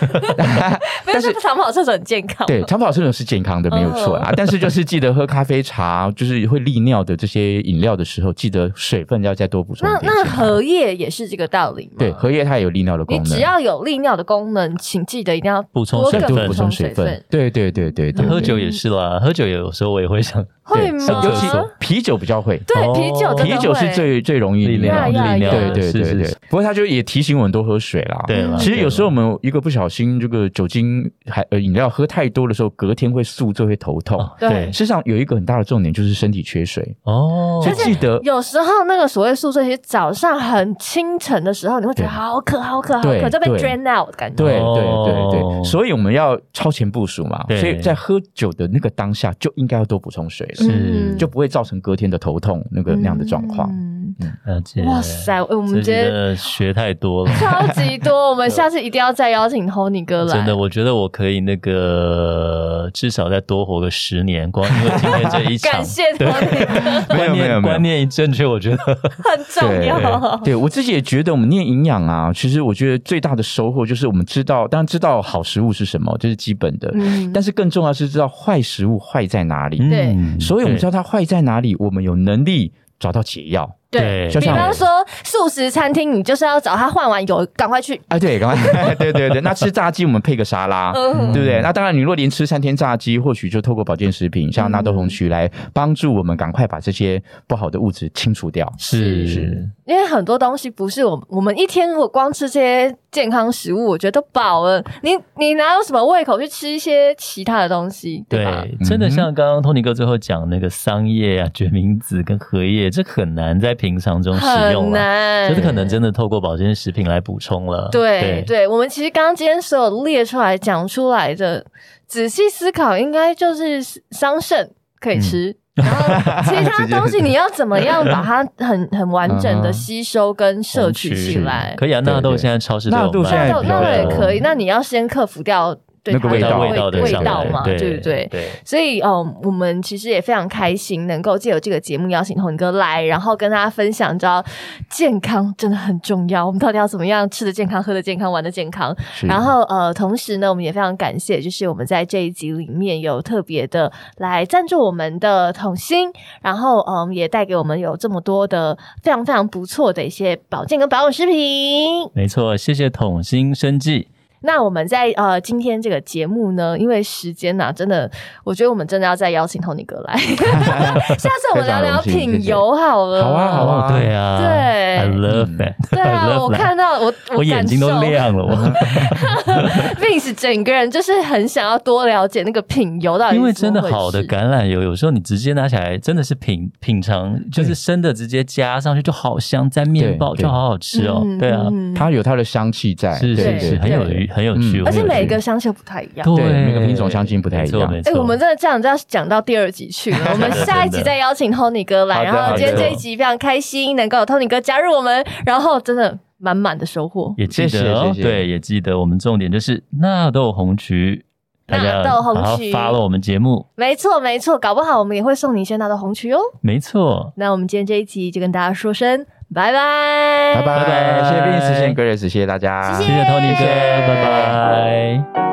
没有但是是长跑厕所很健康。对，长跑厕所是健康的，没有错嗯啦。但是就是记得喝咖啡、茶，就是会利尿的这些饮料的时候，记得水分要再多补充那一点那进来。荷叶也是这个道理吗？对，荷叶它也有利尿的功你能，只要有利尿的功能，请记得一定要补充多水再更分多补补充充水水分分。。对对对对对那对，喝酒也是啦，喝酒有时候我也 会想，会对吗上？厕所啤酒比较会，对，哦啤酒真的啤酒是会最最容易利量尿呀呀的。呀对对是对是对是，不过他就也提醒我们多喝水啦。对了。其实有时候候我们一个不小心，这个酒精还呃饮料喝太多的时候，隔天会宿醉、会头痛。对哦对事实上有一个很大的重点就是身体缺水，哦，所以记得有时候那个所谓宿醉，其实早上很清晨的时候，你会觉得对好渴、好渴、好渴，对就被对 drain out 的感觉。对对哦对对，所以我们要超前部署嘛。对所以在喝酒的那个当下就应该要多补充水嗯了，是就不会造成隔天的头痛那个那样的状况。嗯了解。哇塞，哎我们今这集真天。的学太多了 超级 多，我们下次一定要再邀请 Tony 哥来。真的，我觉得我可以那个至少再多活个十年，光因为今天这一 场感，谢 Tony 哥，没观有没有没念有观念一正确，我觉得很重要。对我自己也觉得，我们念营养啊，其实我觉得最大的收获就是我们知道，当然知道好食物是什么，这是基本的。嗯但是更重要是知道坏食物坏在哪里， 对嗯所以我们知道它坏在哪里，我们有能力找到解药。对，就比像方说素食餐厅，你就是要找他换完油，赶快去。啊，对，赶快，对对对，那吃炸鸡我们配个沙啊拉。嗯对不对？那当然，你若连吃三天炸鸡，或许就透过保健食品，像纳嗯豆红曲来帮助我们赶快把这些不好的物质清除掉。是是因为很多东西不是我们我们一天如果光吃这些健康食物，我觉得都饱了。你你哪有什么胃口去吃一些其他的东西，对吧？对，真的嗯哼像刚刚托尼哥最后讲那个桑叶啊、决明子跟荷叶，这很难在平常中使很用了，难，就是可能真的透过保健食品来补充了。对对，我们其实刚刚今天所有列出来讲出来的，仔细思考，应该就是桑葚可以吃，嗯然后其他 直接东西你要怎么样把它很很完整的嗯哼吸收跟摄红取曲起来。可以啊。对纳豆对现在超市都纳有豆卖现在哦那那有对也对可以，那你要先克服掉对那个它的道味道的味上道来嘛，对不对？对，所以，嗯，我们其实也非常开心能够借由这个节目邀请童哥来，然后跟大家分享，你知道健康真的很重要，我们到底要怎么样吃的健康、喝的健康、玩的健康。是然后，呃，同时呢，我们也非常感谢，就是我们在这一集里面有特别的来赞助我们的童心，然后，嗯，也带给我们有这么多的非常非常不错的一些保健跟保养食品。没错。谢谢统心生计，那我们在呃今天这个节目呢，因为时间呐、真的，我觉得我们真的要再邀请 Tony 哥 来， 下次我们聊聊品油好了。好啊好啊嗯哦，对啊，对，I love that， 对 I 啊， love 我 that 看到我我眼睛都感亮了，我受，Vince 整个人就是很想要多了解那个品油到底是因为怎真么的回事好的橄榄油，有时候你直接拿起来真的是品品尝，就是生的直接加上去就好香，沾面包对就好好吃哦嗯，对啊，嗯它有它的香气在，是对是对是，很有趣，很有趣，嗯而且很有趣每个香气都不太一样。对对每个品种香精不太一样没哎、错，没错我们真的这样子要讲到第二集去 了。我们下一集再邀请 Tony 哥来，好的然后今天好的这一集非常开心，能够有 Tony 哥加入我们，然后真的满满的收获。也记谢谢得哦，谢谢对，也记得我们重点就是纳豆红曲，大家纳豆红好好曲发了我们节目，没错，没错，搞不好我们也会送你一些拿到红曲哦。没错，那我们今天这一集就跟大家说声拜拜，拜拜拜，拜谢谢 Vince，谢谢 Grace，谢谢大家，谢谢谢 Tony 哥，拜拜。